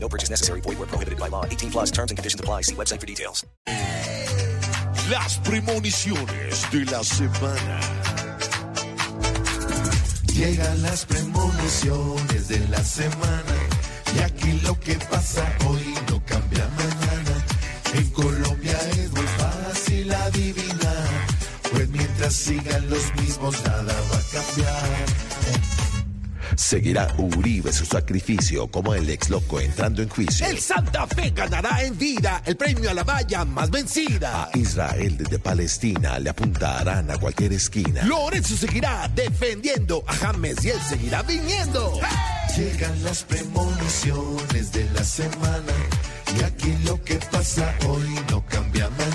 No purchase necessary. Void where prohibited by law. 18 plus terms and conditions apply. See website for details. Las premoniciones de la semana. Llegan las premoniciones de la semana y aquí lo que pasa hoy no cambia mañana. En Colombia es muy fácil adivinar, pues mientras sigan los mismos nada va a cambiar. Seguirá Uribe su sacrificio como el ex loco entrando en juicio. El Santa Fe ganará en vida el premio a la valla más vencida. A Israel desde Palestina le apuntarán a cualquier esquina. Lorenzo seguirá defendiendo a James y él seguirá viniendo. Llegan las premoniciones de la semana y aquí lo que pasa hoy no cambia mañana.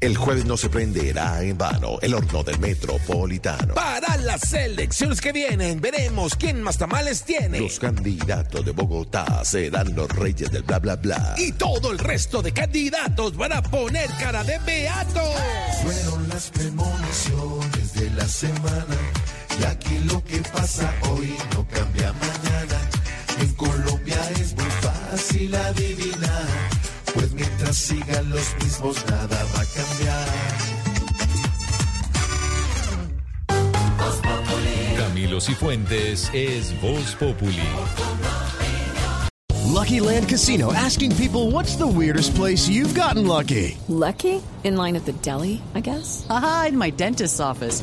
El jueves no se prenderá en vano el horno del metropolitano. Para las elecciones que vienen, veremos quién más tamales tiene. Los candidatos de Bogotá serán los reyes del bla bla bla. Y todo el resto de candidatos van a poner cara de beato. Fueron las premoniciones de la semana. Y aquí lo que pasa hoy no cambia mañana. En Colombia es muy fácil adivinar. Pues mientras sigan los mismos, nada va a cambiar. Camilo Cifuentes es Voz Populi. Lucky Land Casino asking people what's the weirdest place you've gotten lucky? Lucky? In line at the deli, I guess? Aha, in my dentist's office.